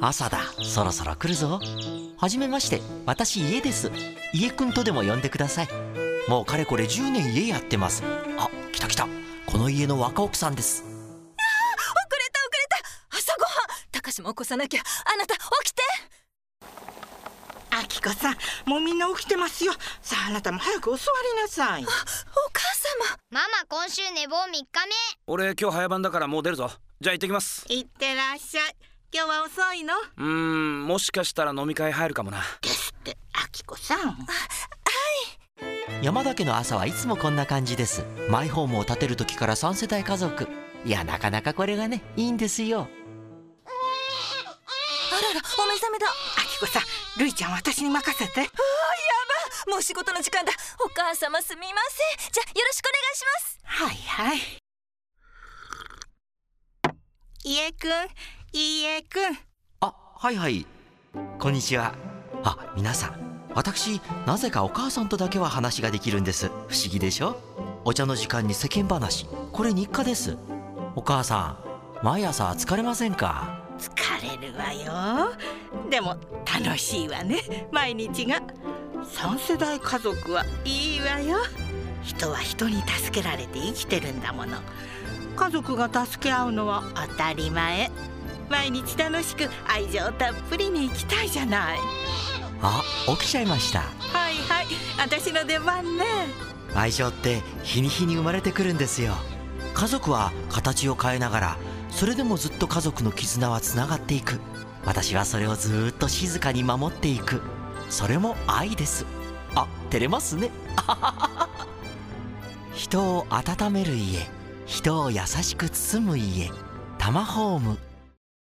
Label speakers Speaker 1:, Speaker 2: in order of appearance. Speaker 1: 朝だそろそろ来るぞはじめまして私家です家くんとでも呼んでくださいもうかれこれ10年家やってますあ来た来たこの家の若奥さんです
Speaker 2: 遅れた遅れた朝ごはん高志も起こさなきゃあなた起きて
Speaker 3: あきこさんもうみんな起きてますよさああなたも早くお座りなさい
Speaker 2: お母様
Speaker 4: ママ今週寝坊3日
Speaker 5: 俺今日早番だからもう出るぞじゃあ行ってきます
Speaker 3: いってらっしゃい今日は遅いの
Speaker 5: うーんもしかしたら飲み会入るかもな
Speaker 3: ですってあきこさん
Speaker 1: 山田家の朝はいつもこんな感じですマイホームを建てる時から3世代家族いやなかなかこれがねいいんですよ
Speaker 2: あららお目覚めだ
Speaker 3: あきこさんるいちゃんは私に任せて
Speaker 2: もう仕事の時間だお母様すみませんじゃあよろしくお願いします
Speaker 3: はいはい家くん家くん
Speaker 1: あはいはいこんにちはあ皆さん私なぜかお母さんとだけは話ができるんです不思議でしょお茶の時間に世間話これ日課ですお母さん毎朝疲れませんか
Speaker 3: 疲れるわよでも楽しいわね毎日が三世代家族はいいわよ人は人に助けられて生きてるんだもの家族が助け合うのは当たり前毎日楽しく愛情たっぷりに生きたいじゃない
Speaker 1: あ起きちゃいました
Speaker 3: はいはい私の出番ね
Speaker 1: 愛情って日に日に生まれてくるんですよ家族は形を変えながらそれでもずっと家族の絆はつながっていく私はそれをずーっと静かに守っていくそれも愛ですあ照れますね あはははは人を温める家人を優しく包む家タマホーム